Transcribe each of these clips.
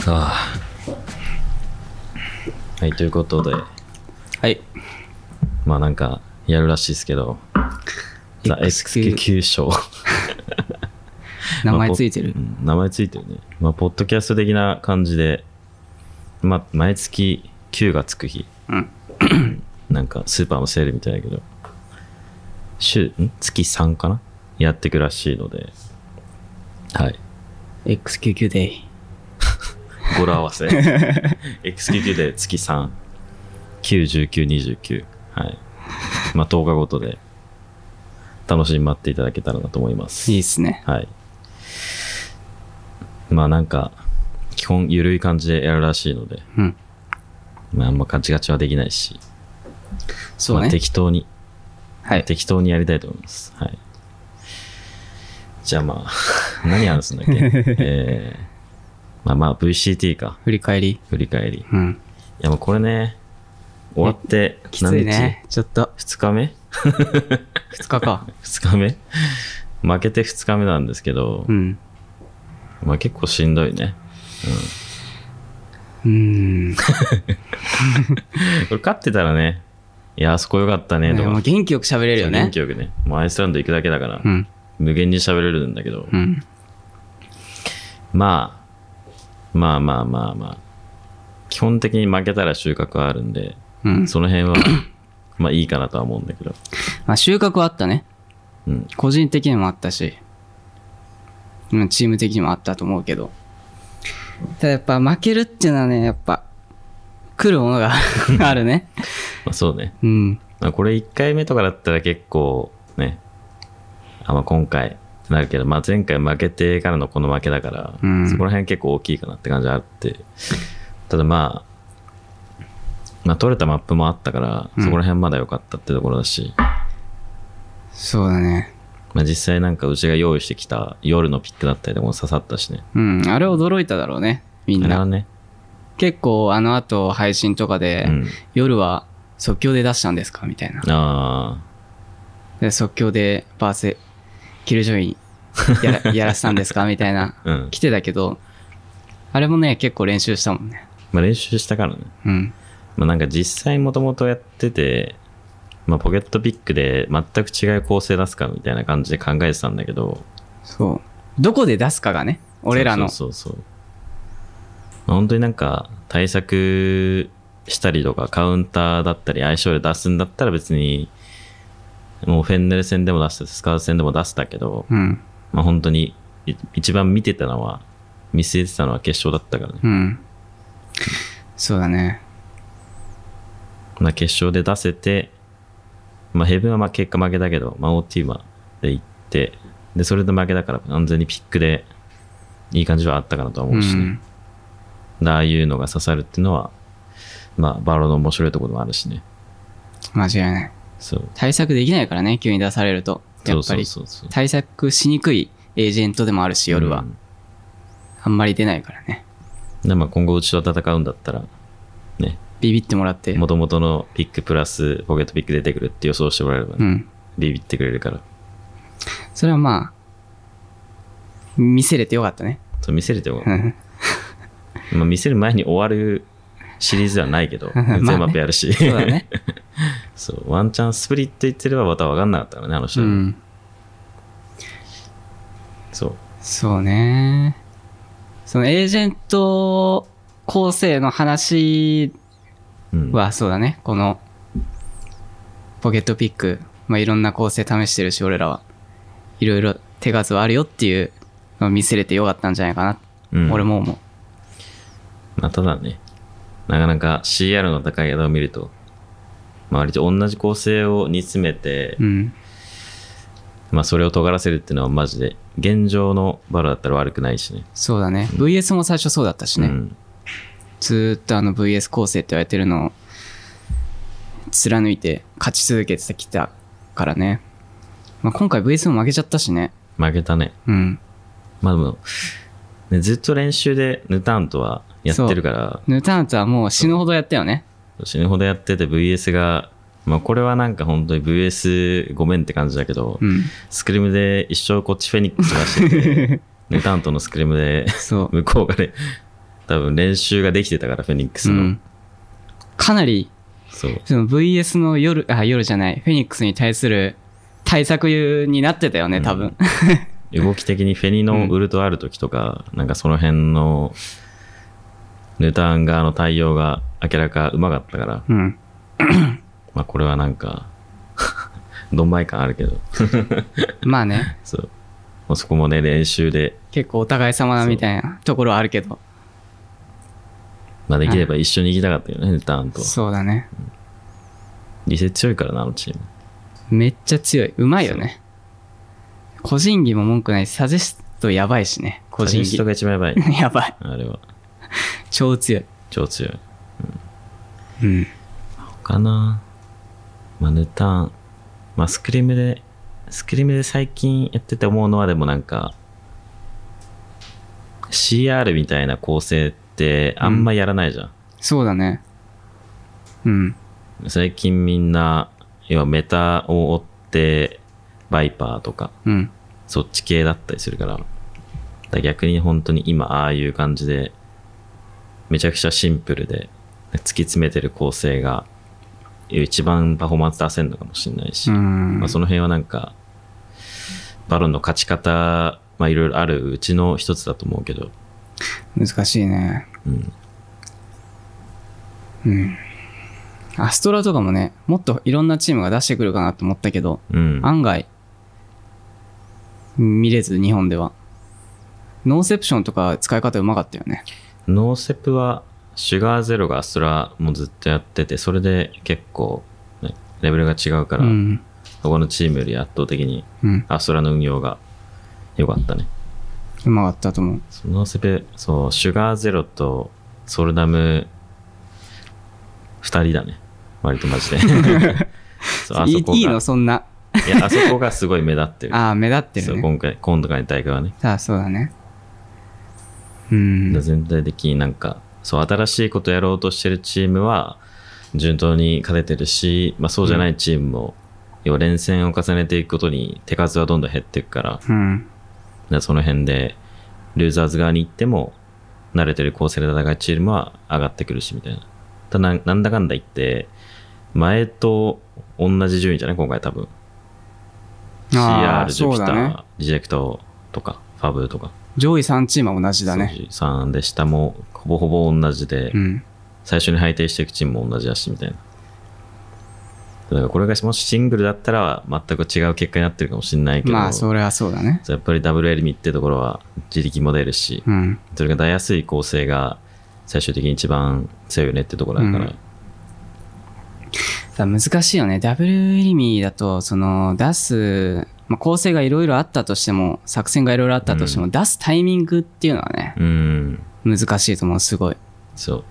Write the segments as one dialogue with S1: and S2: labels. S1: さあはいということで
S2: はい。
S1: まあなんかやるらしいですけど「ザ・
S2: XQ
S1: XQ 賞」
S2: 名前ついてる
S1: ま。あポッうん名前ついてるねまあポッドキャスト的な感じでまあ毎月9がつく日
S2: うん。
S1: なんかスーパーもセールみたいだけど週ん月3かなやってくらしいのではい
S2: XQQ デイ。
S1: 語呂合わ せ XQQ で月391929はいまあ10日ごとで楽しみに待っていただけたらなと思います
S2: いいっすね。
S1: はいまあなんか基本緩い感じでやるらしいので、
S2: うん。
S1: まあ、あんまガチガチはできないし、
S2: そう
S1: まあ
S2: ね。
S1: 適当に
S2: はい。
S1: 適当にやりたいと思います。はい。じゃあ まあ、何話 すんだっけえー、まあまあ VCT か、
S2: 振り返り。
S1: 振り返り。い
S2: うん。
S1: やもうこれね、終わって、
S2: きついね。ちょっと、
S1: 何日。2日目
S2: 2日か。
S1: ?2 日目負けて2日目なんですけど、
S2: うん。
S1: まあ結構しんどいね。
S2: うーん。
S1: これ勝ってたらね、いや、あそこ良かったねと
S2: で
S1: か。
S2: も元気よく喋れるよね
S1: 元気。よくね。もうアイスランド行くだけだから、
S2: うん。
S1: 無限に喋れるんだけど、
S2: うん。
S1: まあ、まあまあまあまあ、基本的に負けたら収穫はあるんで、
S2: うん。
S1: その辺は、 まあいいかなとは思うんだけど、
S2: まあ収穫はあったね。
S1: うん、
S2: 個人的にもあったし、うんチーム的にもあったと思うけど。ただやっぱ負けるっていうのはね、やっぱ、来るものがあるね。
S1: まあそうね、
S2: うん。
S1: まあこれ1回目とかだったら結構ね、あまあ、今回なるけど、まあ、前回負けてからのこの負けだから、
S2: うん
S1: そこら辺結構大きいかなって感じはあって、ただまあ、まあ、取れたマップもあったから、
S2: うん
S1: そこら辺まだ良かったってところだし、
S2: そうだね。
S1: まあ、実際なんかうちが用意してきた夜のピックだったりでも刺さったしね。
S2: うん。あれ驚いただろうね。みん
S1: あれは
S2: な。
S1: ね、
S2: 結構あの後配信とかで、
S1: うん、
S2: 夜は即興で出したんですかみたいな。
S1: あ
S2: で即興でバース、キルジョインや らやらせたんですかみたいな。
S1: あ、うん
S2: 来。てたけど、あれもね、結構練習したもんね。
S1: まあ、練習したからね。
S2: うん。
S1: まあ、なんか実際もともとやってて、まあ、ポケットピックで全く違う構成出すかみたいな感じで考えてたんだけど、
S2: そう。どこで出すかがね、俺らの。
S1: そうそうそうそう。まあ本当になんか対策したりとかカウンターだったり相性で出すんだったら別にもうフェンネル戦でも出してスカーズ戦でも出したけど、
S2: うん。
S1: まあ、本当にい一番見てたのは見据えてたのは決勝だったからね、
S2: うん。そうだね。
S1: まあ、決勝で出せて、まあ、ヘブンはまあ結果負けだけど、まあ、OT まで行ってでそれで負けだから完全にピックでいい感じはあったかなとは
S2: う
S1: 思うし、ね
S2: ん。
S1: でああいうのが刺さるっていうのは、まあ、バロの面白いところでもあるしね
S2: 間違いない。
S1: そう
S2: 対策できないからね、急に出されると。や
S1: そう
S2: っぱ
S1: そ
S2: り
S1: う。そうそう
S2: 対策しにくいエージェントでもあるし、夜は。
S1: うん
S2: あんまり出ないからね。
S1: でまあ、今後うちと戦うんだったらね
S2: ビビってもらって。
S1: もともとのピックプラスポケットピック出てくるって予想してもらえればね、
S2: うん。
S1: ビビってくれるから
S2: それはまあ、見せれてよか ったね。
S1: そう見せるとよ
S2: う、ん
S1: まあ、見せる前に終わるシリーズではないけど
S2: まあね
S1: 全マップやるし
S2: そうだね。
S1: そうワンチャンスプリット言ってればまた分かんなかったからねあの人
S2: う
S1: は、
S2: ん。
S1: そう
S2: そうね。そのエージェント構成の話
S1: うん
S2: はそうだね、このポケットピック、まあ、いろんな構成試してるし俺らはいろいろ手数はあるよっていうのを見せれてよかったんじゃないかな、
S1: うん
S2: 俺も思う
S1: まあ、ただねなかなか CR の高い枝を見ると、まあ、割と同じ構成を煮詰めて、
S2: うん
S1: まあ、それを尖らせるっていうのはマジで現状のバラだったら悪くないしね
S2: そうだね VS も最初そうだったしね、
S1: うん、
S2: ずーっとあの VS 構成って言われてるのを貫いて勝ち続けてきたからね、まあ、今回 VS も負けちゃったしね
S1: 負けたね
S2: うん
S1: まあでも、ね、ずっと練習でヌターンとはやってるから
S2: ヌターンとはもう死ぬほどやったよね
S1: 死ぬほどやってて VS が、まあ、これはなんか本当に VS ごめんって感じだけど、
S2: うん
S1: スクリームで 一生こっちフェニックス出しててネタントのスクリームで
S2: そう
S1: 向こうがね多分練習ができてたから、フェニックス
S2: う
S1: の。
S2: ん、かなり
S1: そう。
S2: その VS の夜あ夜じゃないフェニックスに対する対策になってたよね多分、
S1: 動き的にフェニのウルトある時とか、なんかその辺のヌターン側の対応が明らかうまかったから、
S2: うん
S1: まあこれはなんか どんまい感あるけど
S2: まあね
S1: そうもうそこもね練習で、
S2: 結構お互い様だみたいなところはあるけど
S1: まあ、できれば一緒に行きたかったよね、ヌターンと
S2: そうだね
S1: リセ強いからなあのチーム
S2: めっちゃ強いうまいよね個人技も文句ないしサジェストやばいしね個
S1: 個人
S2: 人
S1: 人
S2: 技
S1: が一番やばい
S2: やばい
S1: あれは
S2: 超強い
S1: 超強い
S2: うん
S1: かなまあヌターンまあスクリームでスクリームで最近やってて思うのはでもなんか CR みたいな構成ってあんまやらないじゃん、
S2: そうだねうん
S1: 最近みんな要はメタを追ってバイパーとか
S2: うん
S1: そっち系だったりするからだから逆に本当に今ああいう感じでめちゃくちゃシンプルで突き詰めてる構成が一番パフォーマンス出せるのかもしれないし、
S2: うん
S1: まあ、その辺はなんかバロンの勝ち方まあいろいろあるうちの一つだと思うけど、
S2: 難しいね
S1: うん、
S2: うんアストラとかもねもっといろんなチームが出してくるかなと思ったけど
S1: うん、
S2: 案外見れず日本ではノーセプションとか使い方うまかったよね
S1: ノーセプはシュガーゼロがアストラもずっとやっててそれで結構、ね、レベルが違うから、
S2: うん
S1: 他のチームより圧倒的に
S2: うん
S1: アストラの運用が良かったね
S2: うまかったと思う
S1: そのセペそうシュガーゼロとソルダム2人だね割とマ ジでそうあ
S2: い
S1: そ
S2: い
S1: こが
S2: いいのそんない
S1: やあそこがすごい目立ってる
S2: ああ目立って
S1: そう
S2: るね
S1: 今回今度からの大会はね、
S2: さあそうだねうん
S1: 全体的になんかそう新しいことやろうとしてるチームは順当に勝ててるし、まあ、そうじゃないチームも、要は連戦を重ねていくことに手数はどんどん減っていくからだか
S2: うん
S1: らその辺でルーザーズ側に行っても慣れてる構成で戦うチームは上がってくるしみたいなただななんだかんだ言って前と同じ順位じゃない今回多分 CR、
S2: ああ
S1: ジュ
S2: そ
S1: ピ
S2: う
S1: タ
S2: だ
S1: ー、
S2: ね
S1: リジェクトとかファブとか
S2: 上位3チームは同じだね
S1: 3で下もほぼほぼ同じで、
S2: うん
S1: 最初に敗退していくチームも同じだしみたいな。だからこれがもしシングルだったら全く違う結果になってるかもしれないけど、
S2: まあそれはそうだね
S1: やっぱりダブルエリミってところは自力も出るし、
S2: うん
S1: それが出やすい構成が最終的に一番強いよねってところだから、
S2: うんさあ難しいよねダブルエリミーだとその出す、まあ、構成がいろいろあったとしても作戦がいろいろあったとしても、
S1: う
S2: 出すタイミングっていうのはね
S1: うん、
S2: 難しいと思うすごい
S1: そう。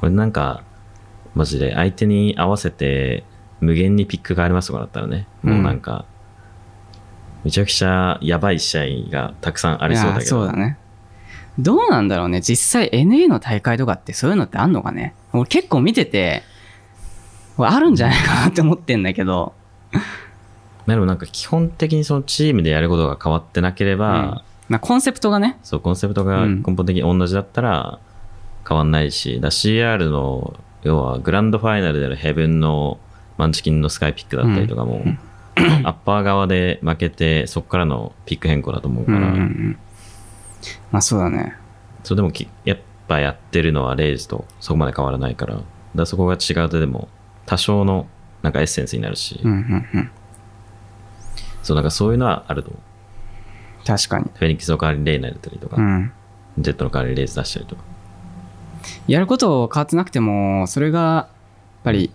S1: これなんか、マジで相手に合わせて無限にピックがありますとかだったらね、もうなんか、めちゃくちゃやばい試合がたくさんありそうだ
S2: い
S1: け
S2: や
S1: ど
S2: そう、だねどうなんだろうね実際 NA の大会とかってそういうのってあんのかね俺結構見てて俺あるんじゃないかなって思ってんだけど
S1: まあでもなんか基本的にそのチームでやることが変わってなければ、
S2: まあコンセプトがね
S1: そうコンセプトが
S2: うん
S1: 根本的に同じだったら変わんないし、だ CR の要はグランドファイナルでのヘブンのマンチキンのスカイピックだったりとかも、アッパー側で負けてそこからのピック変更だと思う
S2: う
S1: か
S2: んうん
S1: ら、
S2: うんまあそうだね
S1: それでもきやっぱやってるのはレイズとそこまで変わらないからだからそこが違うとでも多少のなんかエッセンスになるし、
S2: うんうんうん
S1: そうなんかそういうのはあると思う
S2: 確かに
S1: フェニックスの代わりにレイナだったりとか、
S2: うん
S1: ジェットの代わりにレイズ出したりとか
S2: やること変わってなくてもそれがやっぱり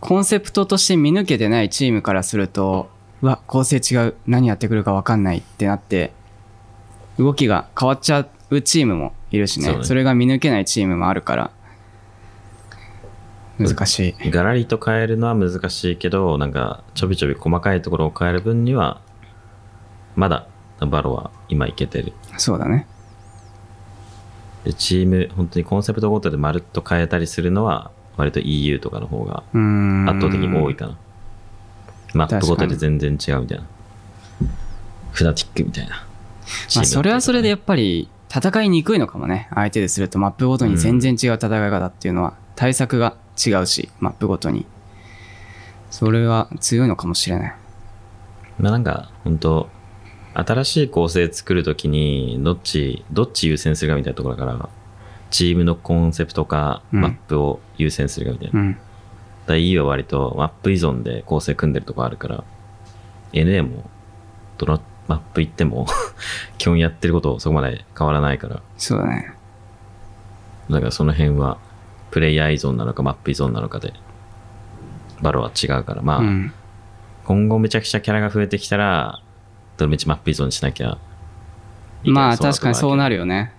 S2: コンセプトとして見抜けてないチームからするとうわ構成違う何やってくるか分かんないってなって動きが変わっちゃうチームもいるしね
S1: そう
S2: そ
S1: ね
S2: れが見抜けないチームもあるから難しい
S1: ガラリと変えるのは難しいけど、なんかちょびちょび細かいところを変える分には、まだバロは今いけてる。
S2: そうだね
S1: で、チーム、本当にコンセプトごとでまるっと変えたりするのは、割と EU とかの方が
S2: うーん
S1: 圧倒的に多いかな。マップごとで
S2: 確か
S1: 全然違うみたいな。フナティックみたいな。チームだったりとかね
S2: まあ、それはそれでやっぱり戦いにくいのかもね相手でするとマップごとに全然違う戦い方っていうのは対策が違うしマップごとにそれは強いのかもしれない
S1: まあなんか、本当新しい構成作るときに、どっち、どっち優先するかみたいなところだから、チームのコンセプトか、
S2: うん
S1: マップを優先するかみたいな。
S2: うん
S1: だ E は割とマップ依存で構成組んでるとこあるから、NA も、どのマップ行っても、 基本やってることそこまで変わらないから、
S2: そうだね
S1: だからその辺は、プレイヤー依存なのかマップ依存なのかで、バロは違うから、まあ、
S2: うん
S1: 今後めちゃくちゃキャラが増えてきたら、どの道マップ依存しなきゃいけない。
S2: まあ確かにそう
S1: な
S2: なるよね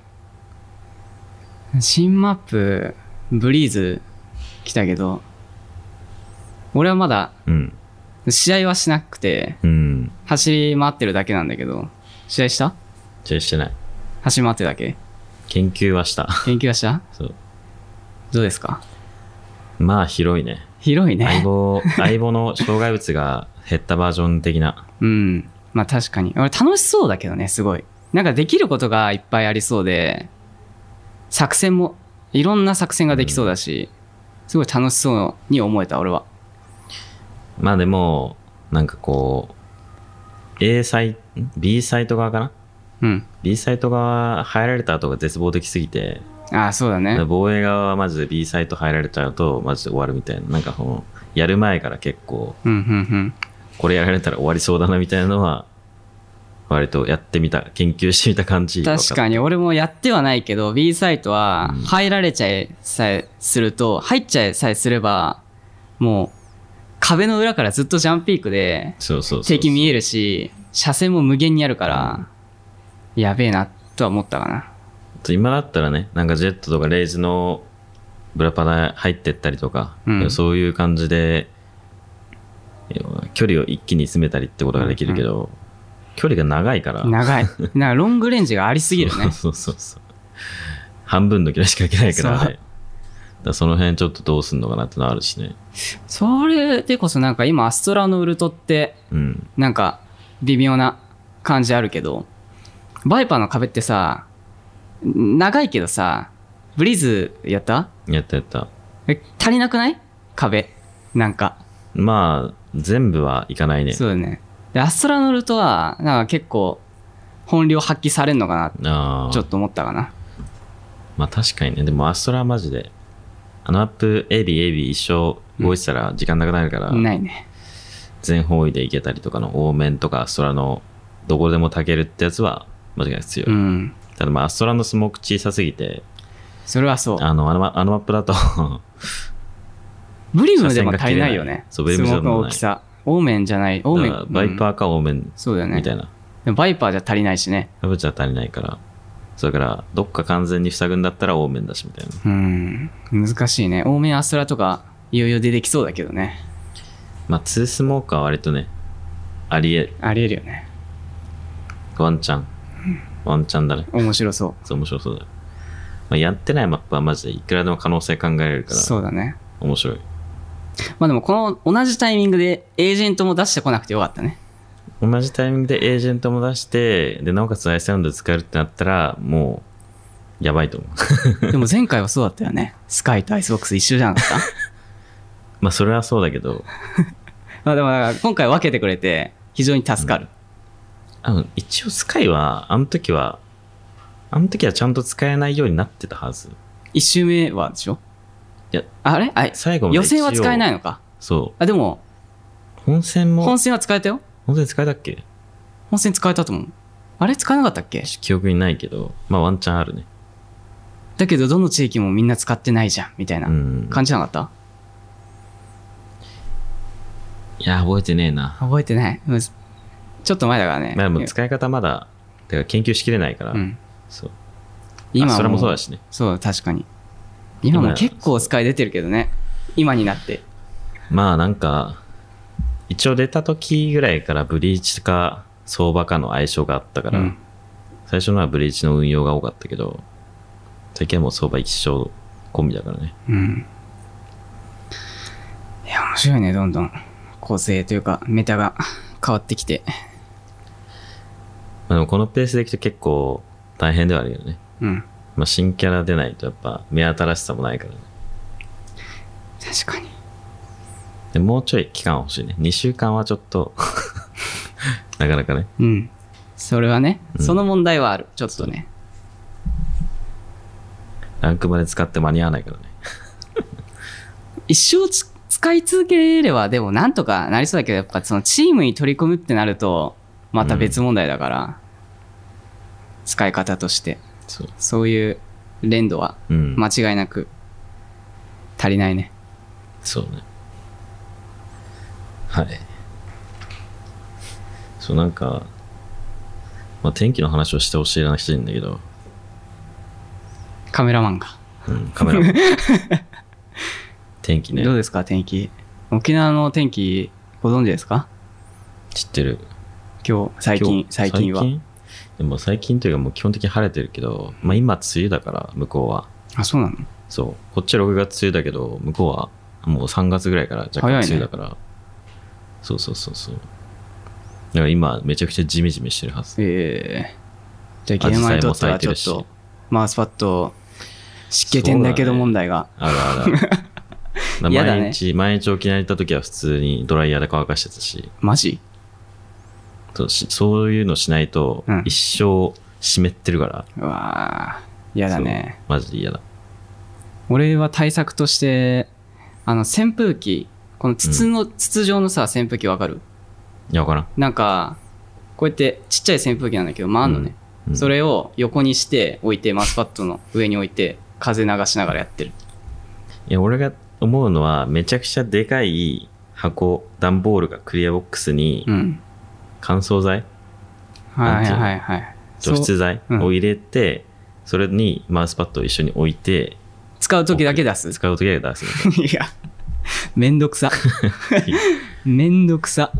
S2: 新マップブリーズ来たけど俺はまだ
S1: うん。
S2: 試合はしなくて
S1: うん。
S2: 走り回ってるだけなんだけど試合した
S1: じゃあしてない。
S2: 走り回ってるだけ
S1: 研究はした。
S2: 研究はした
S1: そう。
S2: どうですか
S1: まあ広いね。
S2: 広い
S1: 相
S2: ね。
S1: 棒、 相棒の障害物が減ったバージョン的な。
S2: うん。まあ確かに。俺楽しそうだけどね、すごい。なんかできることがいっぱいありそうで、作戦も、いろんな作戦ができそうだし、すごい楽しそうに思えた、俺は。
S1: まあでも、なんかこう、A サイ、ん B サイト側かな
S2: うん。
S1: ?B サイト側入られた後が絶望的すぎて、
S2: ああ、そうだね。
S1: 防衛側はまず B サイト入られちゃうと、マジで終わるみたいな。なんかこの、やる前から結構、
S2: うん、うん、
S1: これやられたら終わりそうだなみたいなのは割とやってみた研究してみた感
S2: う
S1: じ
S2: ん。確か
S1: に
S2: に、俺もやってはないけど、B サイトは
S1: うん、
S2: 入られちゃえさえすると、入っちゃえさえすれば、もう、壁の裏からずっとジャンピークで、
S1: そうそうそう
S2: 敵見えるし、車線も無限にあるから、やべえなとは思ったかな。
S1: 今だったらねなんかジェットとかレイズのブラパラ入ってったりとか、
S2: うん
S1: そういう感じで要は距離を一気に詰めたりってことができるけど、距離が長いから
S2: 長い。なんかロングレンジがありすぎるね。
S1: そうそうそうそう半分の距離しかいけないから,、ね、
S2: そう
S1: だからその辺ちょっとどうすんのかなってのはあるしね
S2: それでこそなんか今アストラのウルトって
S1: うん
S2: なんか微妙な感じあるけど、バイパーの壁ってさ、長いけどさ、ブリーズやった
S1: やったやった
S2: え足りなくない壁。なんか。
S1: まあ全部はいかないね
S2: そうだね。で、アストラのウルトはなんか結構本領発揮されんのかなって
S1: ああ
S2: ちょっと思ったかな。
S1: まあ確かにねでもアストラはマジであのアップ ABAB 一生動いてたら時間なくなるから、
S2: ないね。
S1: 全方位でいけたりとかのオーメンとかアストラのどこでも炊けるってやつは間違いなく強い、
S2: うん。
S1: ただまあアストラのスモーク小さすぎて
S2: それはそう。
S1: あのあのマあのマップだと
S2: ブリムでも足りない
S1: 車線が切
S2: よね。
S1: れないそうブリムじゃ
S2: スモークの大きさ。オーメンじゃない。オーメン。
S1: バイ
S2: ー。
S1: パーかオーメン
S2: そうだよね。
S1: みたいな
S2: でもバイパーじゃ足りないしね。
S1: ラブじゃ足りないからそれからどっか完全に塞ぐんだったらオーメンだしみたいな
S2: うん。難しいね。オーメンアストラとか、いよいよ出てきそうだけどね。
S1: まあ2スモークは割とねありえ
S2: ありえるよね。
S1: ワンチャンワンチャンだね
S2: 面白そ
S1: そう面白そうだよ、まあ、やってないマップはマジでいくらでも可能性考えられる
S2: う。
S1: から
S2: そうだね。
S1: 面白い
S2: まあでも、この同じタイミングでエージェントも出してこなくてよかっ たね。
S1: 同じタイミングでエージェントも出してでなおかつアイスラウンド使えるってなったらもうやばいと思う
S2: でも前回はそうだったよね。スカイとアイスボックス一緒じゃな かった
S1: まあそれはそうだけど
S2: まあでも、だから今回分けてくれて、非常に助かる。
S1: あの一応スカイはあの時はあの時はちゃんと使えないようになってたはず
S2: 一周目はでしょ
S1: いや
S2: あれあ
S1: 最後まで
S2: 予選は使えな
S1: い
S2: いのか。
S1: そ
S2: あ、でも、
S1: う本戦も
S2: 本
S1: 本
S2: 戦は使えたよ
S1: 戦使えたっけ
S2: 本戦使えたと思うあれ使えなかったっけ
S1: 記憶にないけどまあワンチャンあるね
S2: だけどどの地域もみんな使ってないじゃんみたいうなん感じなかった、
S1: いや覚えてねえ な
S2: 覚えてないうんちょっと前だからね、
S1: まあでも使い方まだてか研究しきれないから、
S2: うん、
S1: そう
S2: 今
S1: あそれもそうだ
S2: し
S1: しね
S2: そう確かに今も結構使い出てるけどね今になって
S1: まあなんか一応出た時ぐらいからブリーチか相場かの相性があったから、
S2: うん
S1: 最初のはブリーチの運用が多かったけど最近はもう相場一生コンビだからね
S2: うんいや面白いねどんどん構成というかメタが変わってきて
S1: まあでもこのペースでいくと結構大変ではあるよね。
S2: うん
S1: まあ、新キャラでないとやっぱ目新しさもないからね。
S2: 確かに
S1: でもうちょい期間欲しいね。2週間はちょっと、 なかなかね。
S2: うんそれはね、
S1: うん
S2: その問題はあるちょっとね
S1: ランクまで使って間に合わないからね。
S2: 一生つ使い続ければでもなんとかなりそうだけどやっぱそのチームに取り込むってなるとまた別問題だから、使い方として
S1: そう。
S2: そういう連動は
S1: うん。
S2: 間違いなく足りないね
S1: そうね。はい。そう、なんか、まあ、天気の話をしてほしいなしてんだけど、
S2: カメラマンが、
S1: うん、カメラも。 天気ね
S2: ど、うですか天気沖縄の天気ご存知ですか
S1: 知ってる。
S2: 今日最近
S1: 今日
S2: 最近は
S1: でも最近というかもう基本的に晴れてるけど、まあ今梅雨だから、向こうは。
S2: あそうなの
S1: そう。こっちは6月梅雨だけど、向こうはもう3月ぐらいから若干
S2: 早い
S1: 梅
S2: ね
S1: 雨だから。そうそうそうそう。だから今めちゃくちゃジメジメしてるはず。
S2: ええじゃあ
S1: 紫
S2: 現
S1: 陽
S2: 場
S1: 花
S2: にとって
S1: も咲
S2: はい
S1: て
S2: ちょ
S1: る
S2: っ
S1: し
S2: とマウスパッド湿気点だけど問題が、
S1: あるあるあ る。だから
S2: 嫌だね
S1: 毎日、毎日沖縄行った時は普通にドライヤーで乾かしてたし、
S2: マジ
S1: そうしそういうのしないと
S2: うん
S1: 一生湿ってるから。
S2: うわあ嫌だね
S1: そう。マジで嫌だ。
S2: 俺は対策としてあの扇風機この筒の、筒状のさ扇風機わかる
S1: いや、わからん。
S2: なんかこうやってちっちゃい扇風機なんだけど回んのね、
S1: うん
S2: それを横にして置いてマウスパッドの上に置いて風流しながらやってる
S1: いや、俺が思うのは、めちゃくちゃでかい箱、段ボールがクリアボックスに
S2: うん
S1: 乾燥剤、
S2: はいはいはい
S1: 除
S2: そう
S1: 湿剤
S2: うん
S1: を入れて、それにマウスパッドを一緒に置いて、
S2: 使う時だけ出す
S1: 使うときは出すみたいな。
S2: いや、めんど くさ。めんどくさ。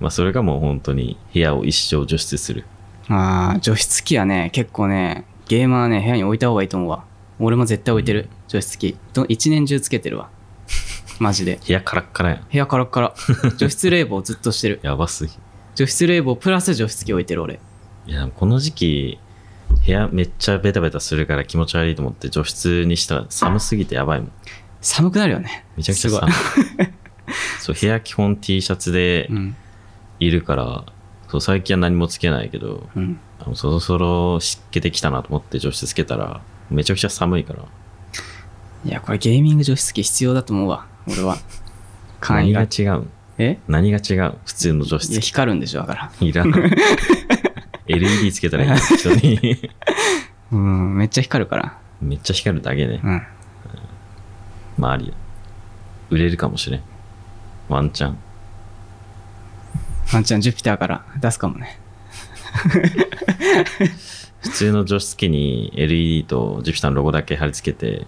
S1: まあ、それがもう本当に部屋を一生除湿する。
S2: ああ、除湿機はね、結構ね、ゲーマーはね、部屋に置いた方がいいと思うわ。俺も絶対置いてる、除湿機。ど一年中つけてるわ。 マジで。
S1: 部屋カラッカラやん。
S2: 部屋からから。 除湿冷房ずっとしてる。
S1: やばすぎ。
S2: 除湿冷房プラス除湿機置いてる俺。
S1: いや、この時期、部屋めっちゃベタベタするから気持ち悪いと思って除湿にしたら寒すぎてやばいもん。
S2: 寒くなるよね。
S1: めちゃくちゃ
S2: すごい
S1: 寒い。そう、部屋基本 T シャツで
S2: うん。
S1: いるから、そう最近は何もつけないけど、
S2: うん。
S1: あのそろそろ湿気てきたなと思って除湿つけたら、めちゃくちゃ寒いから。
S2: いや、これゲーミング除湿機必要だと思うわ。俺は。簡易
S1: 何が
S2: が。
S1: 違うん
S2: え
S1: 何が違う普通の除
S2: い
S1: 湿
S2: や、
S1: 機。
S2: 光るんでしょ、だから。
S1: いらない。LED つけたらいいんですけどね。
S2: うん、めっちゃ光るから。
S1: めっちゃ光るだけね。
S2: うん。
S1: まあありよ売れるかもしれん。ワンチャン。
S2: ワンちゃん、ジュピターから出すかもね。
S1: 普通の除湿機に LED とジプターのロゴだけ貼り付けて、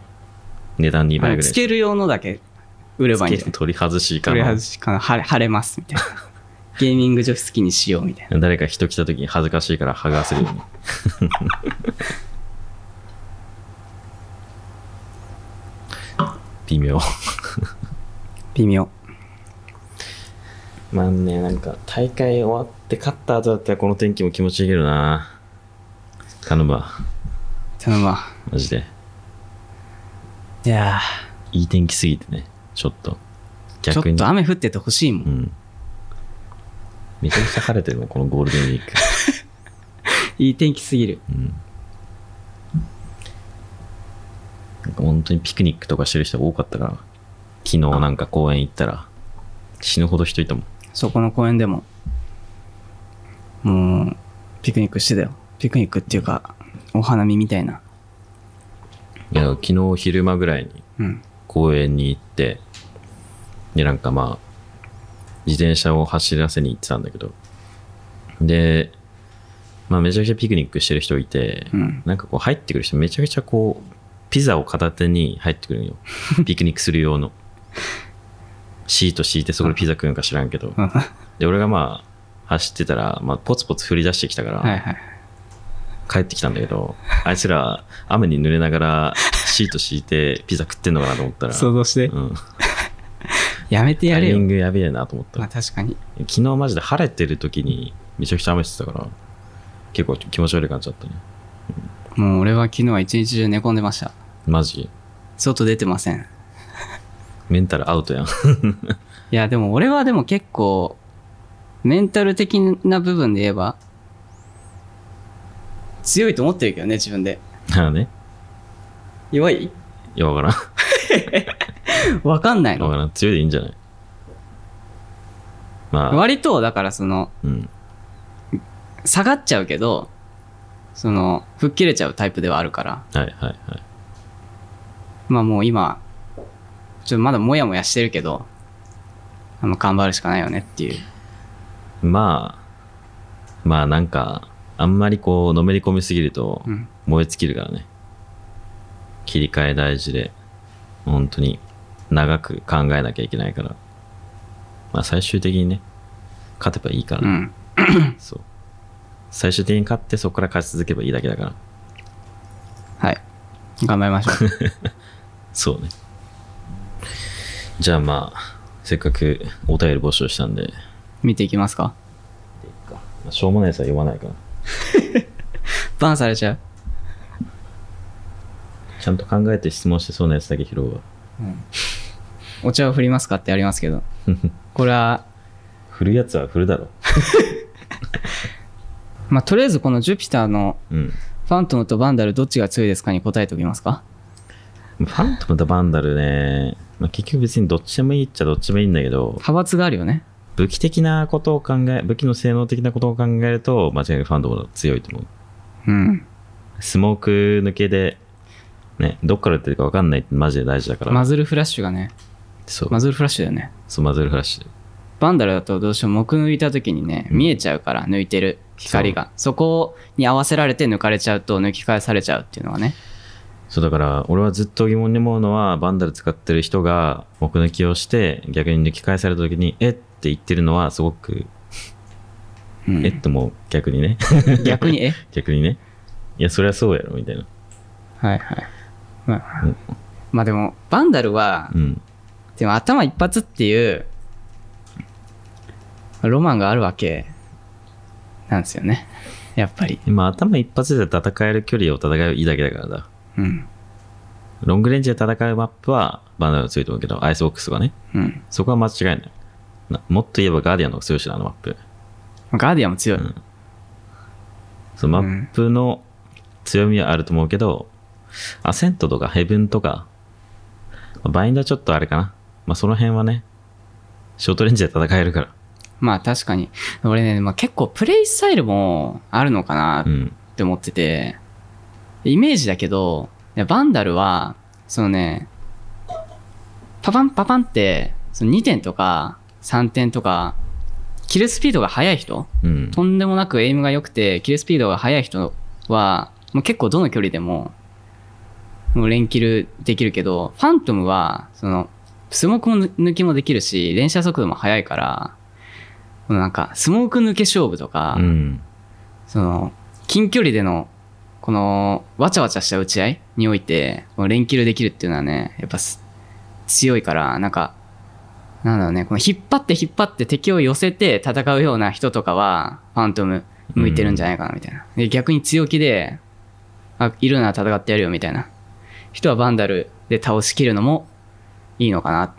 S1: 値段2
S2: あ
S1: 倍
S2: の
S1: ぐらい。
S2: つける用のだけ売ればいいん
S1: 付
S2: だ
S1: け
S2: よ。
S1: 取り外しか
S2: とりあえ
S1: な。
S2: ずか晴れ晴れます みたいな。ゲーミング除湿機にしようみたいな。
S1: 誰か人来た時に恥ずかしいから剥がせる ように。微妙。
S2: 微妙。
S1: まあね、なんか大会終わって勝った後だったらこの天気も気持ちいいけどな。頼むわ。
S2: 頼むわ。
S1: マジで。
S2: いや
S1: いい天気すぎてね。ちょっと。
S2: ーちょ
S1: 逆
S2: っ
S1: に
S2: と。雨降っててほしいもん。
S1: うん。めちゃくちゃ晴れてるもん、このゴールデンウィーク。
S2: いい天気すぎる。
S1: うん。なんか本当にピクニックとかしてる人が多かったから、昨日なんか公園行ったら、死ぬほど人いたもん。
S2: そこの公園でも。もう、ピクニックしてたよ。ピクニックっていうか、お花見みたいな。
S1: いや、昨日昼間ぐらいに
S2: うん。
S1: 公園に行って、で、なんかまあ、自転車を走らせに行ってたんだけど、で、まあめちゃくちゃピクニックしてる人いて、
S2: うん。
S1: なんかこう入ってくる人めちゃくちゃこう、ピザを片手に入ってくる んよ。ピクニックする用の。シート敷いてそこでピザ食うんか知らんけど。
S2: うんは
S1: で、俺がまあ、走ってたら、まあ、ポツポツ降り出してきたから、
S2: い はい。
S1: 帰ってきたんだけど、あいつら、雨に濡れながら、シート敷いてピザ食ってんのかなと思ったら、
S2: 想像して。
S1: うん、
S2: やめて
S1: タ
S2: やれ
S1: イミ
S2: よ
S1: ン。グやべえなと思った
S2: まあ。確かに。
S1: 昨日マジで晴れてる時に、めちゃくちゃ雨してたから、結構気持ち悪い感じだったね。うん
S2: もう俺は昨日は一日中寝込んでました。
S1: マジ
S2: 外出てません。
S1: メンタルアウトやん。
S2: いや、でも俺はでも結構、メンタル的な部分で言えば、強いと思ってるけどね、自分で。
S1: なあね。
S2: 弱い
S1: いや、わからん。
S2: わかんない
S1: わか
S2: の。
S1: らん。強いでいいんじゃないまあ、
S2: 割と、だからその、
S1: うん。
S2: 下がっちゃうけど、その、吹っ切れちゃうタイプではあるから。
S1: はいはいはい。
S2: まあもう今、ちょっとまだもやもやしてるけど、あの、頑張るしかないよねっていう。
S1: まあ、まあなんか、あんまりこう、のめり込みすぎると
S2: う、ん。
S1: 燃え尽きるからね。切り替え大事で、本当に長く考えなきゃいけないから。まあ最終的にね、勝てばいいから
S2: う
S1: ね、
S2: ん。
S1: そう。最終的に勝ってそこから勝ち続けばいいだけだから。
S2: はい。頑張りましょ う。
S1: そうね。じゃあまあ、せっかくお便り募集したんで、
S2: 見ていきますか。
S1: まあしょうもないやつは読まないから。
S2: バンされちゃう。
S1: ちゃんと考えて質問してそうなやつだけ拾うわ。
S2: お茶を振りますかってありますけ ど。これは、
S1: 振るやつは振るだろ。
S2: まあ、とりあえずこのジュピターの
S1: うん。
S2: ファントムとバンダルどっちが強いですかに答えておきますか
S1: ファントムとバンダルね、まあ、結局別にどっちでもいいっちゃどっちでもいいんだけど、
S2: 派閥があるよね。
S1: 武器的なことを考え、武器の性能的なことを考えると、間違いなくファントムの方が強いと思う。
S2: うん。
S1: スモーク抜けで、ね、どっから打ってるか分かんないってマジで大事だから。
S2: マズルフラッシュがね、
S1: そう、
S2: マズルフラッシュだよね。
S1: そうマズルフラッシュ。
S2: バンダルだとどうしても目抜いた時にね、見えちゃうから抜いてる光がそこに合わせられて抜かれちゃうと抜き返されちゃうっていうのはね
S1: そうだから、俺はずっと疑問に思うのは、バンダル使ってる人が、目抜きをして、逆に抜き返された時に、えって言ってるのは、すごく、
S2: うん
S1: えっともう逆にね。
S2: 逆にえ
S1: 逆にね。いや、そりゃそうやろ、みたいな。
S2: はいはいまあ
S1: うん
S2: まあでもバンダルは
S1: うん。
S2: でも頭一発っていうロマンがあるわけなんですよねやっぱり
S1: まあ、頭一発で戦える距離を戦えばいいだけだからだ。
S2: うん
S1: ロングレンジで戦うマップは、バンダルが強いと思うけど、アイスボックスとかね。
S2: うん
S1: そこは間違いない。なもっと言えばガーディアンの方が強いしな、あのマップ。
S2: ガーディアンも強い、
S1: うんそのマップの強みはあると思うけど、アセントとかヘブンとか、バインドはちょっとあれかな。まあ、その辺はね、ショートレンジで戦えるから。
S2: まあ確かに俺ね、まあ、結構プレイスタイルもあるのかな
S1: うん。
S2: って思ってて、イメージだけど、いやバンダルは、そのね、パパンパパンって、その2点とか3点とか、キルスピードが速い人、
S1: うん。
S2: とんでもなくエイムが良くて、キルスピードが速い人は、もう結構どの距離でも、もう連キルできるけど、ファントムは、その、スモークも抜きもできるし、連射速度も速いから、もうなんか、スモーク抜け勝負とか、
S1: うん。
S2: その、近距離での、この、わちゃわちゃした打ち合いにおいて、この連キルできるっていうのはね、やっぱす強いから、なんか、なんだろうね、この引っ張って引っ張って敵を寄せて戦うような人とかは、ファントム向いてるんじゃないかな、みたいな。で逆に強気で、あ、いるなら戦ってやるよ、みたいな。人はバンダルで倒しきるのもいいのかな、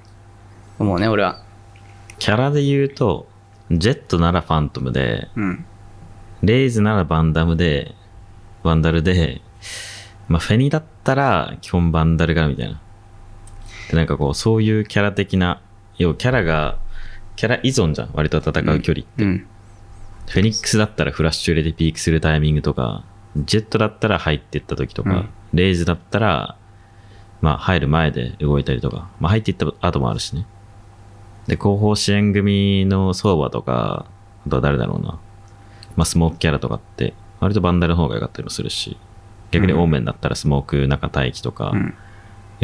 S2: 思うね、俺は。
S1: キャラで言うと、ジェットならファントムで、
S2: うん。
S1: レイズならバンダムで、バンダルで、まあ、フェニだったら基本バンダルがみたいな。で、なんかこう、そういうキャラ的な、要はキャラが、キャラ依存じゃん、割と戦う距離。
S2: うん。
S1: フェニックスだったらフラッシュ入れてピークするタイミングとか、ジェットだったら入っていった時とか、
S2: うん
S1: レイズだったら、まあ、入る前で動いたりとか、まあ、入っていった後もあるしね。で、後方支援組の相場とか、あとは誰だろうな。まあ、スモークキャラとかって、割とバンダルの方が良かったりもするし、逆にオーメンだったらスモーク中待機とか、
S2: うん。
S1: い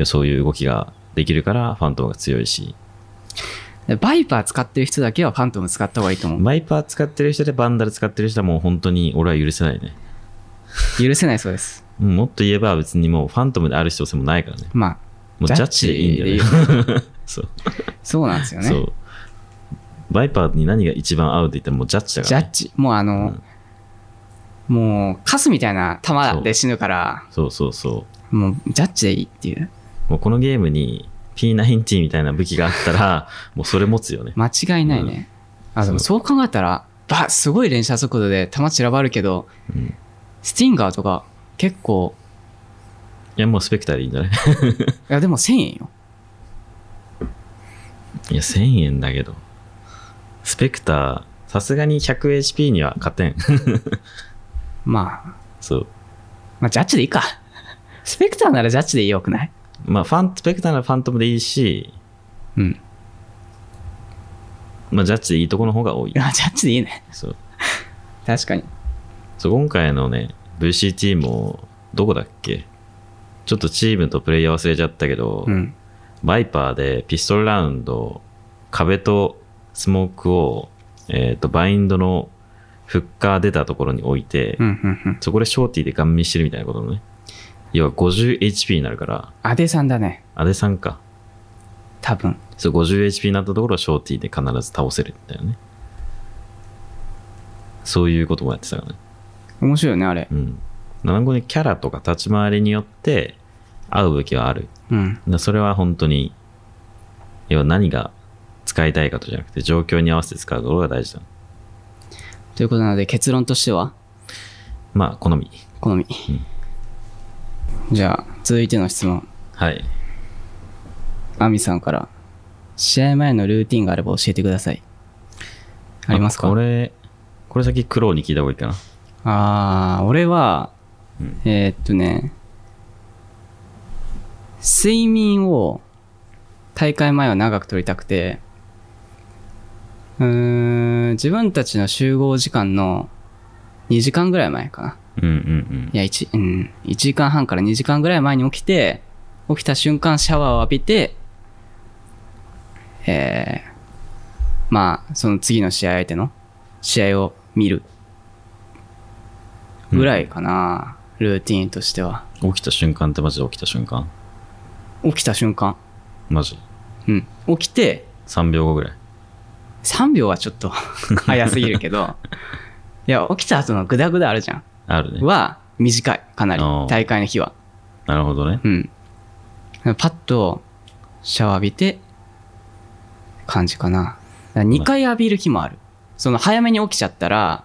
S1: やそういう動きができるから、ファントムが強いし、
S2: でバイパー使ってる人だけはファントム使った方がいいと思う。
S1: マイパー使ってる人でバンダル使ってる人はもう本当に俺は許せないね。
S2: 許せないそうです。
S1: うんもっと言えば別にもうファントムである必要性もないからね。
S2: まあ、
S1: もうジャッジでいいんだよ
S2: ジャッ
S1: ね。 そう。
S2: そうなんですよね。
S1: そう。バイパーに何が一番合うって言ったらもうジャッジだか
S2: ジ
S1: ら、
S2: ャ
S1: ね
S2: ッ。ジ。もうあの、
S1: うん
S2: もう、カスみたいな球で死ぬから、
S1: そうそうそ
S2: もう、ジャッジでいいっていう。
S1: う。もうこのゲームに P90 みたいな武器があった ら、もうそれ持つよね。
S2: 間違いないね。あ、でもそう考えたら、ば、すごい連射速度で球散らばるけど、
S1: うん、い
S2: スティンガーとか、結構、
S1: や、もうスペクターでいいん じゃない
S2: いや、でも1000円よ。
S1: いや、1000円だけど。スペクター、さすがに 100HP には勝てん。
S2: まあ、
S1: そう。
S2: まあ、ジャッジでいいか。 スペクターならジャッジでいいよくない
S1: まあ、ファン、スペクターならファントムでいいし、
S2: うん。
S1: まあ、ジャッジでいいとこの方が多い
S2: い。や、ジャッジでいいね。
S1: そう。
S2: 確かに。
S1: そう今回のね VCT もどこだっけちょっとチームとプレイヤー忘れちゃったけど、
S2: うん。
S1: バイパーでピストルラウンド壁とスモークを、えー、とバインドのフッカー出たところに置いて、
S2: うん、うん、うん。
S1: そこでショーティーでガン見してるみたいなことね要は 50HP になるから
S2: アデさんだね。
S1: アデさんか
S2: 多分。
S1: そう 50HP になったところをショーティーで必ず倒せるんだよねそういうこともやってたからね
S2: 面白いよね、あれ。
S1: うん、7号にキャラとか立ち回りによって合う武器はある
S2: うん。
S1: だそれは本当に要は何が使いたいかとじゃなくて状況に合わせて使うことが大事だ
S2: ということなので、結論としては、
S1: まあ好み
S2: 好み。じゃあ、続いての質問。
S1: はい
S2: アミさんから、試合前のルーティンがあれば教えてください。ありますか
S1: これこれ先クローに聞いた方がいいかな
S2: あー、俺は、
S1: うん
S2: えーっとね、睡眠を大会前は長く取りたくて、うーん、自分たちの集合時間の2時間ぐらい前かな。
S1: うんうん
S2: いや、1、うん、1時間半から2時間ぐらい前に起きて、起きた瞬間シャワーを浴びて、えー、まあ、その次の試合相手の試合を見るぐらいかな、ルーティーンとしては。
S1: うん起きた瞬間ってマジで起きた瞬間
S2: 起きた瞬間。
S1: マジ
S2: うん。起きて、
S1: 3秒後ぐらい
S2: 3秒はちょっと 早すぎるけど、いや、起きた後のグダグダあるじゃ
S1: あるね
S2: ん。は、短い、かなり
S1: あー。
S2: 大会の日は。
S1: なるほどね
S2: うん。パッとシャワー浴びて、感じかな。2回浴びる日もある。その早めに起きちゃっ たら、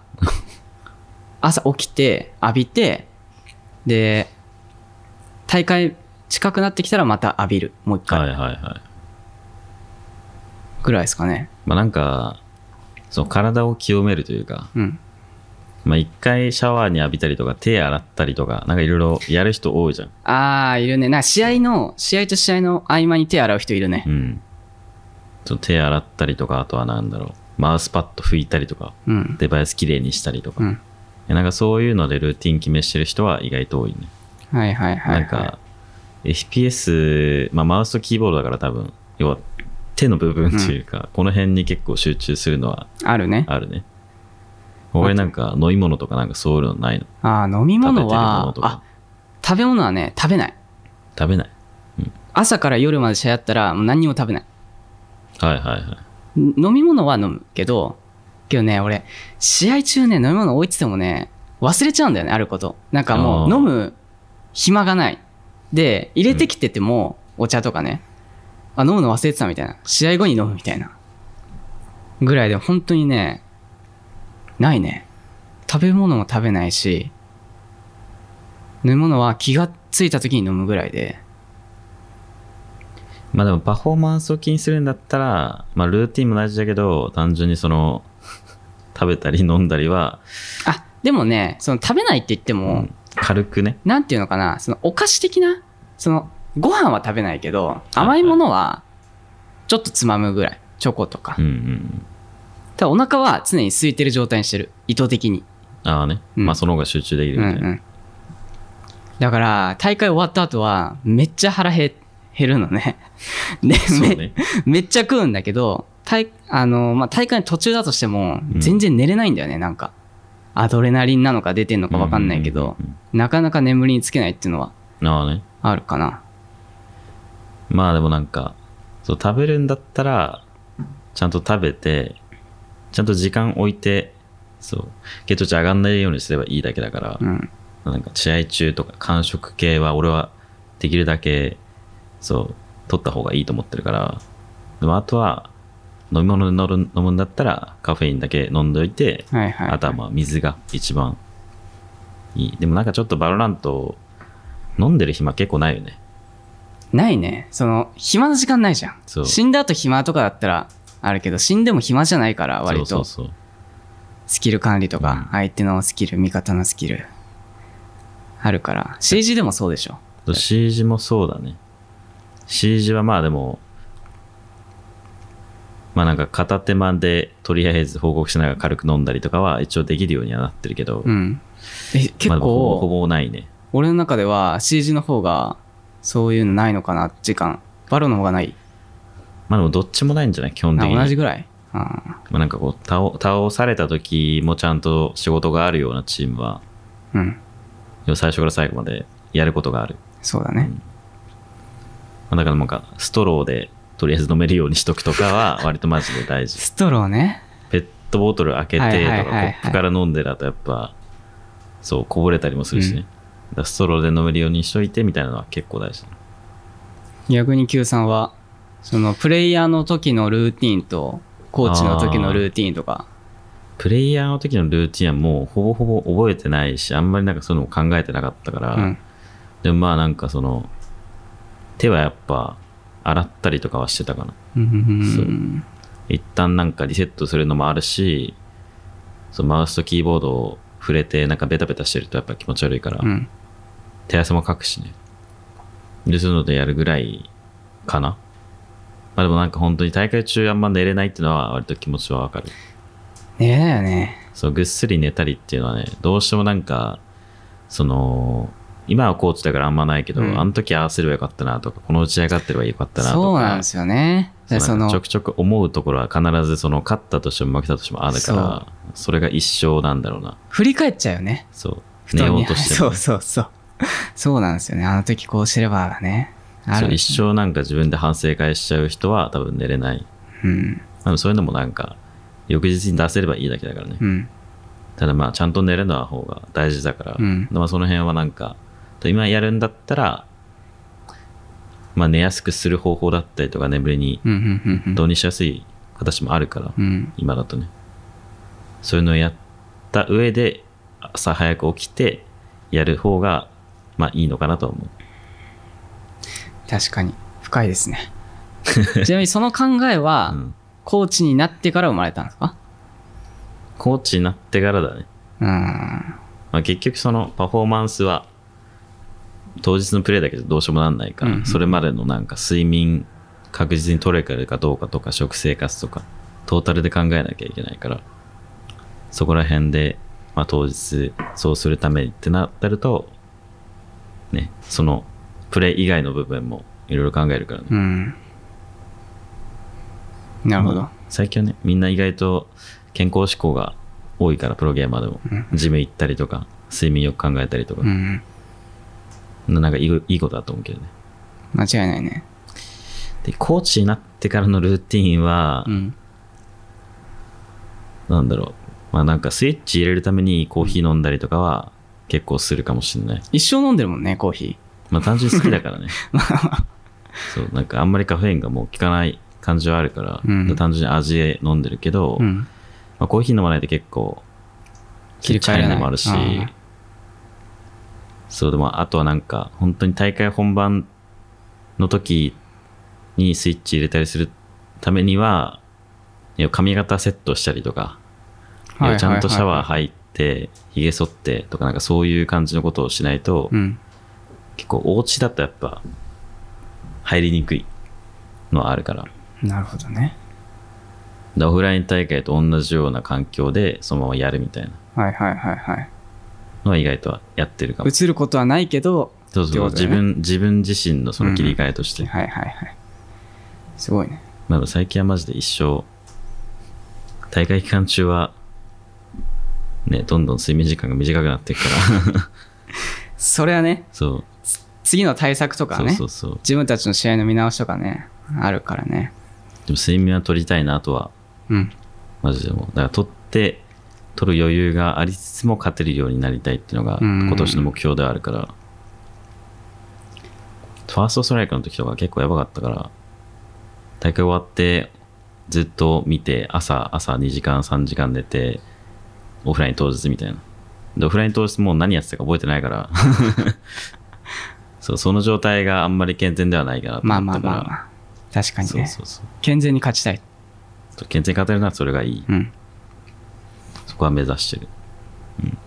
S2: 朝起きて、浴びて、で、大会近くなってきたらまた浴びる。もう一
S1: はい
S2: 回。
S1: はいはい
S2: ぐらいですかね。
S1: まあなんかその体を清めるというか
S2: うん。
S1: まあ、一回シャワーに浴びたりとか手洗ったりとかなんかいろいろやる人多いじゃん、
S2: あー、いるね。なんか試合の、試合と試合の合間に手洗う人いるね
S1: う。ん、そう手洗ったりとかあとはなんだろうマウスパッド拭いたりとか
S2: うん。
S1: デバイスきれいにしたりとか、
S2: う
S1: い
S2: ん。
S1: やなんかそういうのでルーティン決めしてる人は意外と多いね、
S2: はいはいはい、はい。
S1: なんか FPS、まあ、マウスとキーボードだから多分要は手の部分というか、この辺に結構集中するのは
S2: あるね。
S1: あるね俺なんか飲み物とかなんかそういうのないの
S2: あー、飲み
S1: 食べてる
S2: 物
S1: もの
S2: は
S1: と、
S2: あ
S1: か、
S2: 食べ物はね、食べない。
S1: 食べない
S2: 朝から夜までしゃやったらもう何にも食べない
S1: はいはいはい
S2: ん飲み物は飲むけどけどね俺試合中ね飲み物置いててもね忘れちゃうんだよねあることなんかも
S1: あ
S2: う
S1: ー
S2: 飲む暇がないで入れてきてても、お茶とかねあ飲むの忘れてたみたいな試合後に飲むみたいなぐらいで本当にねないね食べ物も食べないし飲み物は気がついた時に飲むぐらいで
S1: まあでもパフォーマンスを気にするんだったら、まあルーティンも大事だけど、単純にその、食べたり飲んだりは、
S2: あでもねその食べないって言っても、
S1: うん軽くね。
S2: なんていうのかな、そのお菓子的な、そのご飯は食べないけど、
S1: いはい
S2: 甘いものはちょっとつまむぐらい、チョコとか
S1: うん。うん。
S2: ただお腹は常に空いてる状態にしてる、意図的に。
S1: ああね。
S2: うん
S1: まあその方が集中できる
S2: うん
S1: み
S2: う
S1: たいな。
S2: ん。だから、大会終わった後は、めっちゃ腹減減るのね。 で、
S1: そう
S2: め
S1: ね。
S2: めっちゃ食うんだけど、大あのまあ、大会の途中だとしても、
S1: うん
S2: 全然寝れないんだよね、なんか。アドレナリンなのか出てんのか分かんないけど
S1: う、んうん
S2: なかなか眠りにつけないっていうのは
S1: うん。ああね。
S2: あるかな。
S1: まあでもなんか、そう食べるんだったら、ちゃんと食べて、ちゃんと時間置いて、そう血糖値上がんないようにすればいいだけだから
S2: う、ん
S1: なんか試合中とか間食系は俺はできるだけそう取った方がいいと思ってるからでもあとは飲み物で乗る飲むんだったらカフェインだけ飲んでおいて、
S2: はいはい
S1: あとはまあ水が一番いいでもなんかちょっとバロラント飲んでる暇結構ないよね
S2: ないねその暇な時間ないじゃん
S1: そう
S2: 死んだ後暇とかだったらあるけど死んでも暇じゃないから割
S1: そ
S2: と
S1: うそうそう
S2: スキル管理と
S1: うん
S2: か相手のスキル味方のスキルあるから CG でもそうでしょ
S1: と C 字もそうだね C 字はまあでもまあなんか片手間でとりあえず報告しながら軽く飲んだりとかは一応できるようにはなってるけど、
S2: うんえ結
S1: まあでもほぼほ
S2: 構
S1: ぼないね
S2: 俺の中では CG の方がそういうのないのかな時間バロの方がない
S1: まあでもどっちもないんじゃない基本的
S2: あ
S1: に
S2: 同じぐらいあ
S1: まあ、なんかこう倒倒された時もちゃんと仕事があるようなチームは
S2: ーうん
S1: 要は最初から最後までやることがある、
S2: そうだね
S1: うんまあ、だからなんかストローでとりあえず飲めるようにしとくとかは割とマジで大事
S2: ストローね
S1: ペットボトル開けてとか
S2: はいはいはい
S1: コ
S2: はい
S1: ップから飲んでだとやっぱそうこぼれたりもするしね、
S2: うん
S1: だからストローで飲めるようにしといてみたいなのは結構大事
S2: 逆に Q さんはそのプレイヤーの時のルーティンとコーチの時のルーティンとか
S1: プレイヤーの時のルーティンはもうほぼほぼ覚えてないしあんまりなんかそういうのも考えてなかったから、
S2: うん
S1: でもまあなんかその手はやっぱ洗ったりとかはしてたかな
S2: うんうん
S1: そう
S2: うん
S1: 一旦なんかリセットするのもあるしそのマウスとキーボードを触れてなんかベタベタしてるとやっぱ気持ち悪いから、
S2: うん
S1: 手汗もかくしねでそういうのでやるぐらいかなまあでもなんか本当に大会中あんま寝れないっていうのは割と気持ちはわかる
S2: ねえだよね
S1: そうぐっすり寝たりっていうのはねどうしてもなんかその今はコーチだからあんまないけど、
S2: うん
S1: あの時ああすればよかったなとかこの打ち上がってればよかったなとか
S2: そうなんですよねで
S1: そ
S2: そう
S1: なんかちょ
S2: の
S1: くちょく思うところは必ずその勝ったとしても負けたとしてもあるからそれが一生なんだろうな
S2: 振り返っちゃうよね
S1: そう
S2: 布
S1: 寝
S2: 団
S1: よ
S2: に
S1: うとして
S2: そ
S1: も
S2: うそうそうそうなんですよねあの時こうしてればねあ
S1: そう
S2: る
S1: 一生なんか自分で反省会しちゃう人は多分寝れない
S2: うん
S1: でもそういうのもなんか翌日に出せればいいだけだからね、
S2: うん
S1: ただまあちゃんと寝るのは方が大事だから、
S2: うん
S1: まあその辺はなんか今やるんだったらまあ寝やすくする方法だったりとか眠りに
S2: うんうんうん
S1: 導入しやすい形もあるから、
S2: うんうん
S1: 今だとねそういうのをやった上で朝早く起きてやる方がまあいいのかなとは思う
S2: 確かに深いで すねちなみにその考えは、
S1: うん
S2: コーチになってから生まれたんですか
S1: コーチになってからだね、
S2: うん
S1: まあ、結局そのパフォーマンスは当日のプレーだけじゃどうしようもなんないから、
S2: うん
S1: それまでのなんか睡眠確実に取れてるかどうかとか食生活とかトータルで考えなきゃいけないからそこら辺で、まあ、当日そうするためにってなってるとねそのプレー以外の部分もいろいろ考えるからね、
S2: うんなるほど、
S1: 最近はねみんな意外と健康志向が多いからプロゲーマーでも、
S2: うん
S1: ジム行ったりとか睡眠よく考えたりとか
S2: う、ん、
S1: なんかいいいいことだと思うけどね
S2: 間違いないね
S1: でコーチになってからのルーティンは、
S2: うん
S1: なんだろうまあなんかスイッチ入れるためにコーヒー飲んだりとかは結構するかもしれない
S2: 一生飲んでるもんねコーヒ
S1: まあ単純に好きだ からねそうなんかあんまりカフェインがもう効かない感じはあるから、
S2: うん
S1: で単純に味で飲んでるけど、
S2: ー、うん、
S1: まあ、コーヒー飲まないと結構
S2: 切り替えれな
S1: チャ
S2: い
S1: イナもあるし
S2: うん
S1: そうでもあとはなんか本当に大会本番の時にスイッチ入れたりするためにはいや髪型セットしたりとか、い
S2: はいはいはい
S1: やちゃんとシャワー入ってひげ剃ってとかなんかそういう感じのことをしないと、
S2: うん、
S1: 結構お家だとやっぱ入りにくいのはあるから
S2: なるほどね
S1: でオフライン大会と同じような環境でそのままやるみたいな
S2: はいはいはいはい
S1: のは意外とはやってるかも
S2: 映ることはないけど
S1: そうそう、
S2: ってことだ
S1: 自
S2: よね
S1: 分自分自身のその切り替えとして、
S2: はいはいはいすごいね
S1: まあでも最近はマジで一生大会期間中はねどんどん睡眠時間が短くなっていくから
S2: それはね
S1: そう
S2: 次の対策とか
S1: そ
S2: ね
S1: う そうそう
S2: 自分たちの試合の見直しとかねあるからね
S1: でも睡眠は取りたいなとは
S2: うん
S1: マジでもうだから取って取る余裕がありつつも勝てるようになりたいっていうのが
S2: うん
S1: 今年の目標ではあるから、ファーストストライクの時とか結構やばかったから、大会終わってずっと見て、朝、朝2時間、3時間寝て、オフライン当日みたいな。で、オフライン当日もう何やってたか覚えてない から、そう、その状態があんまり健全ではないかなと
S2: まあ
S1: 思
S2: ま
S1: っ
S2: あ
S1: たか
S2: ま
S1: ら、
S2: あまあ確かに
S1: そう
S2: ね
S1: そうそう。
S2: 健全に勝ちたい
S1: 健全に勝てるならそれがいい。
S2: うん
S1: そこは目指してる。うん。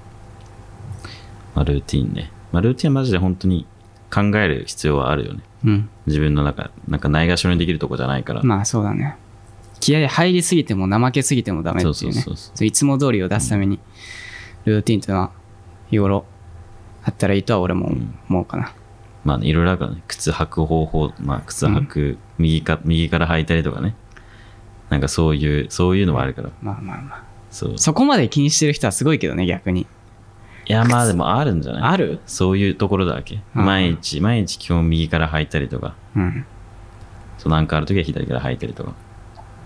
S1: まあ、ルーティンね。まあ、ルーティンはマジで本当に考える必要はあるよね。
S2: うん
S1: 自分の中、なんかないがしろにできるとこじゃないから。
S2: まあそうだね気合入りすぎても怠けすぎてもダメっていうね
S1: そうそうそうそう
S2: いつも通りを出すためにルーティンというのは日頃あったらいいとは俺も思うかな、
S1: まあ、ね、いろいろあるからね。靴履く方法、まあ、靴履く、右か、右から履いたりとかね。なんかそういう、そういうのもあるから。
S2: まあまあまあ
S1: そう。
S2: そこまで気にしてる人はすごいけどね逆に
S1: いや、まあでもあるんじゃない
S2: ある
S1: そういうところだわけ。
S2: うん
S1: 毎日、毎日基本右から履いたりとか。
S2: うん
S1: そうなんかある時は左から吐いてるとか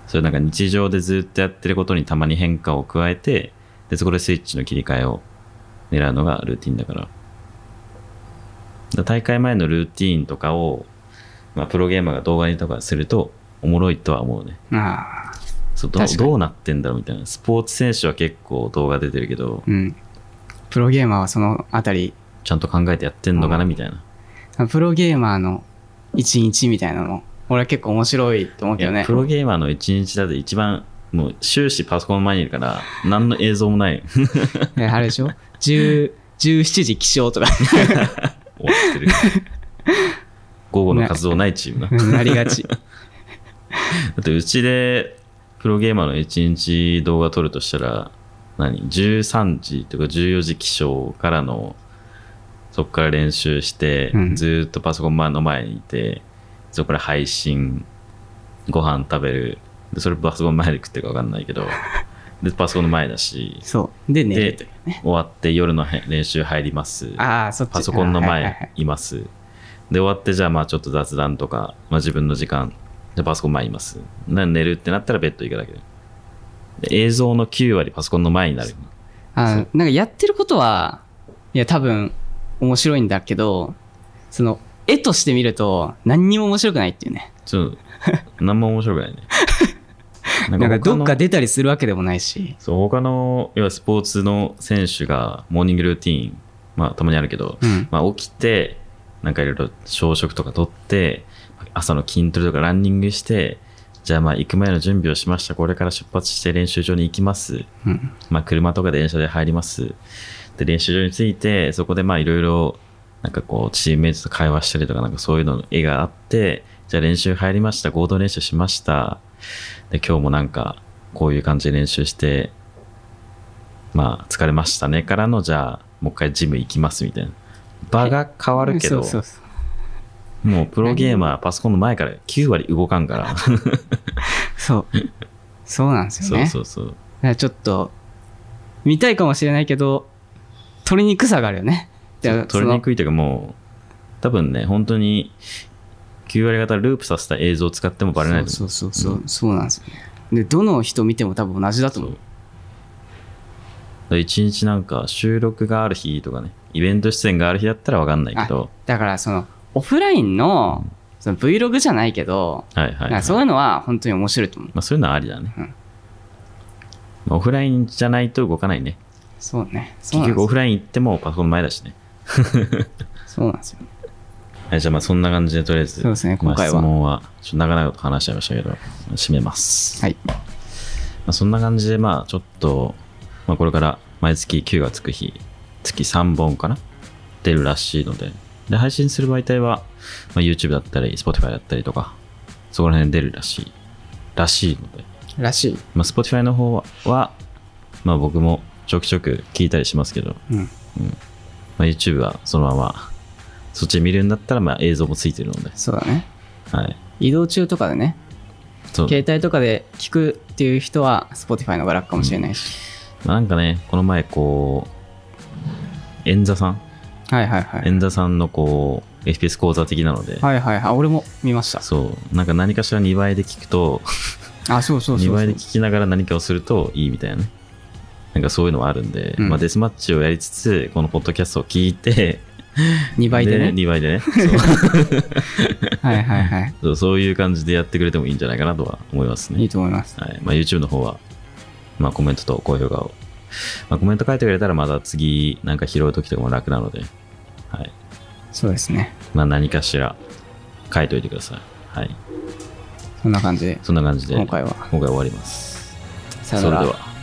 S1: そういうなんか日常でずっとやってることにたまに変化を加えてでそこでスイッチの切り替えを狙うのがルーティンだからだから大会前のルーティンとかを、まあ、プロゲーマーが動画にとかするとおもろいとは思うね
S2: ああ
S1: そうどう
S2: 確かに
S1: どうなってんだろうみたいなスポーツ選手は結構動画出てるけど
S2: うんプロゲーマーはそのあたり
S1: ちゃんと考えてやってんのかな
S2: うん
S1: みたいな、
S2: プロゲーマーの一日みたいなの俺は結構面白いと思う
S1: い
S2: け
S1: や
S2: どね
S1: プロゲーマーの一日だって一番もう終始パソコンの前にいるから何の映像もない終
S2: ねあれでしょ10 17時起床とか
S1: わってる 午後の活動ないチームなだ
S2: なりがち
S1: ってうちでプロゲーマーの一日動画撮るとしたら何13時とか14時起床からのそこから練習して、
S2: うん
S1: ずーっとパソコンの前にいてそこから配信ご飯食べるでそれパソコン前で食ってるか分かんない けどでパソコンの前だし
S2: そうで寝ると
S1: で終わって夜のへ練習入ります
S2: ああそっち
S1: パソコンの
S2: はいはいは
S1: 前
S2: い
S1: いますで終わってじゃあまあちょっと雑談とか、まあ、自分の時間でパソコン前いますな寝るってなったらベッド行くだけでで映像の9割パソコンの前になる
S2: あーなんかやってることはいや多分面白いんだけどその絵として見ると何にも面白くないっていうね
S1: ちょっと何も面白くないね な
S2: なんか
S1: 他
S2: ど
S1: の
S2: っか出たりするわけでもないし
S1: そう他の要はスポーツの選手がモーニングルーティーンまあたまにあるけど、
S2: うん
S1: まあ、起きてなんかいろいろ朝食とかとって朝の筋トレとかランニングしてじゃあまあ行く前の準備をしましたこれから出発して練習場に行きます、
S2: うん
S1: まあ、車とか電車で入りますで練習場に着いてそこでまあいろいろなんかこうチームメイトと会話したりとかなんかそういうのの絵があってじゃあ練習入りました合同練習しましたで今日もなんかこういう感じで練習してまあ疲れましたねからのじゃあもう一回ジム行きますみたいな場が変わるけど
S2: そうそうそう
S1: もうプロゲーマーパソコンの前から9割動かんから
S2: そうそうなんですよ
S1: そう
S2: ね
S1: そうそう
S2: だからちょっと見たいかもしれないけど取りにくさがあるよねだから
S1: 取りにくいというかもう多分ね本当に9割方ループさせた映像を使ってもバレないと思う
S2: そうそうそうそう、そうなんですよねでどの人見ても多分同じだと思う
S1: そうだ1日なんか収録がある日とかねイベント出演がある日だったら分かんないけど
S2: だからそのオフラインのその Vlog じゃないけど、
S1: はいはい、
S2: な
S1: は
S2: ん
S1: い
S2: かそういうのは本当に面白いと思う
S1: まあ、そういうのはありだね、
S2: うん
S1: まあオフラインじゃないと動かないね
S2: そうねそ
S1: 結
S2: うなんです
S1: 局オ
S2: よ
S1: フライン行ってもパソコンの前だしね
S2: そうなんですよね
S1: はいじゃあまあそんな感じでとりあえず
S2: そうですね
S1: まあ
S2: 今回は
S1: 質問はちょっと長々と話しちゃいましたけど締めます、
S2: はい
S1: まあ、そんな感じでまあちょっと、まあ、これから毎月9がつく日月3本かな出るらしいのでで配信する媒体は、まあ、YouTube だったり Spotify だったりとかそこら辺出るらしいらしいので、
S2: らしい、
S1: まあ、Spotify の方はまあ、僕もちょくちょく聞いたりしますけど、
S2: うん、
S1: まあ、YouTube はそのままそっちで見るんだったらまあ映像もついてるので、
S2: そうだね
S1: はい、
S2: 移動中とかでね
S1: そう
S2: 携帯とかで聞くっていう人は Spotify の方が楽かもしれないし、
S1: まあなんかねこの前こう演座さん
S2: はいはいはい
S1: 演座さんのこう FPS 講座的なので、
S2: はいはいはい俺も見ました
S1: そうなんか何かしら2倍で聞くと
S2: あそうそうそうそ
S1: 2
S2: う
S1: 倍で聞きながら何かをするといいみたいなねなんかそういうのはあるんで、
S2: うん
S1: まあ、デスマッチをやりつつ、このポッドキャストを聞いて、
S2: 2倍でね。
S1: 2倍でねそう
S2: はいはいはい。
S1: そう。そういう感じでやってくれてもいいんじゃないかなとは思いますね。
S2: いいと思います。
S1: はいまあ、YouTube の方は、まあ、コメントと高評価を、まあ、コメント書いてくれたらまた次なんか拾う時とかも楽なので、はい
S2: そうですね。
S1: まあ、何かしら書いておいてください、はい、
S2: そんな感じで、
S1: そんな感じで
S2: 今回は
S1: 今回終わります
S2: さよな
S1: それ
S2: ら
S1: で。は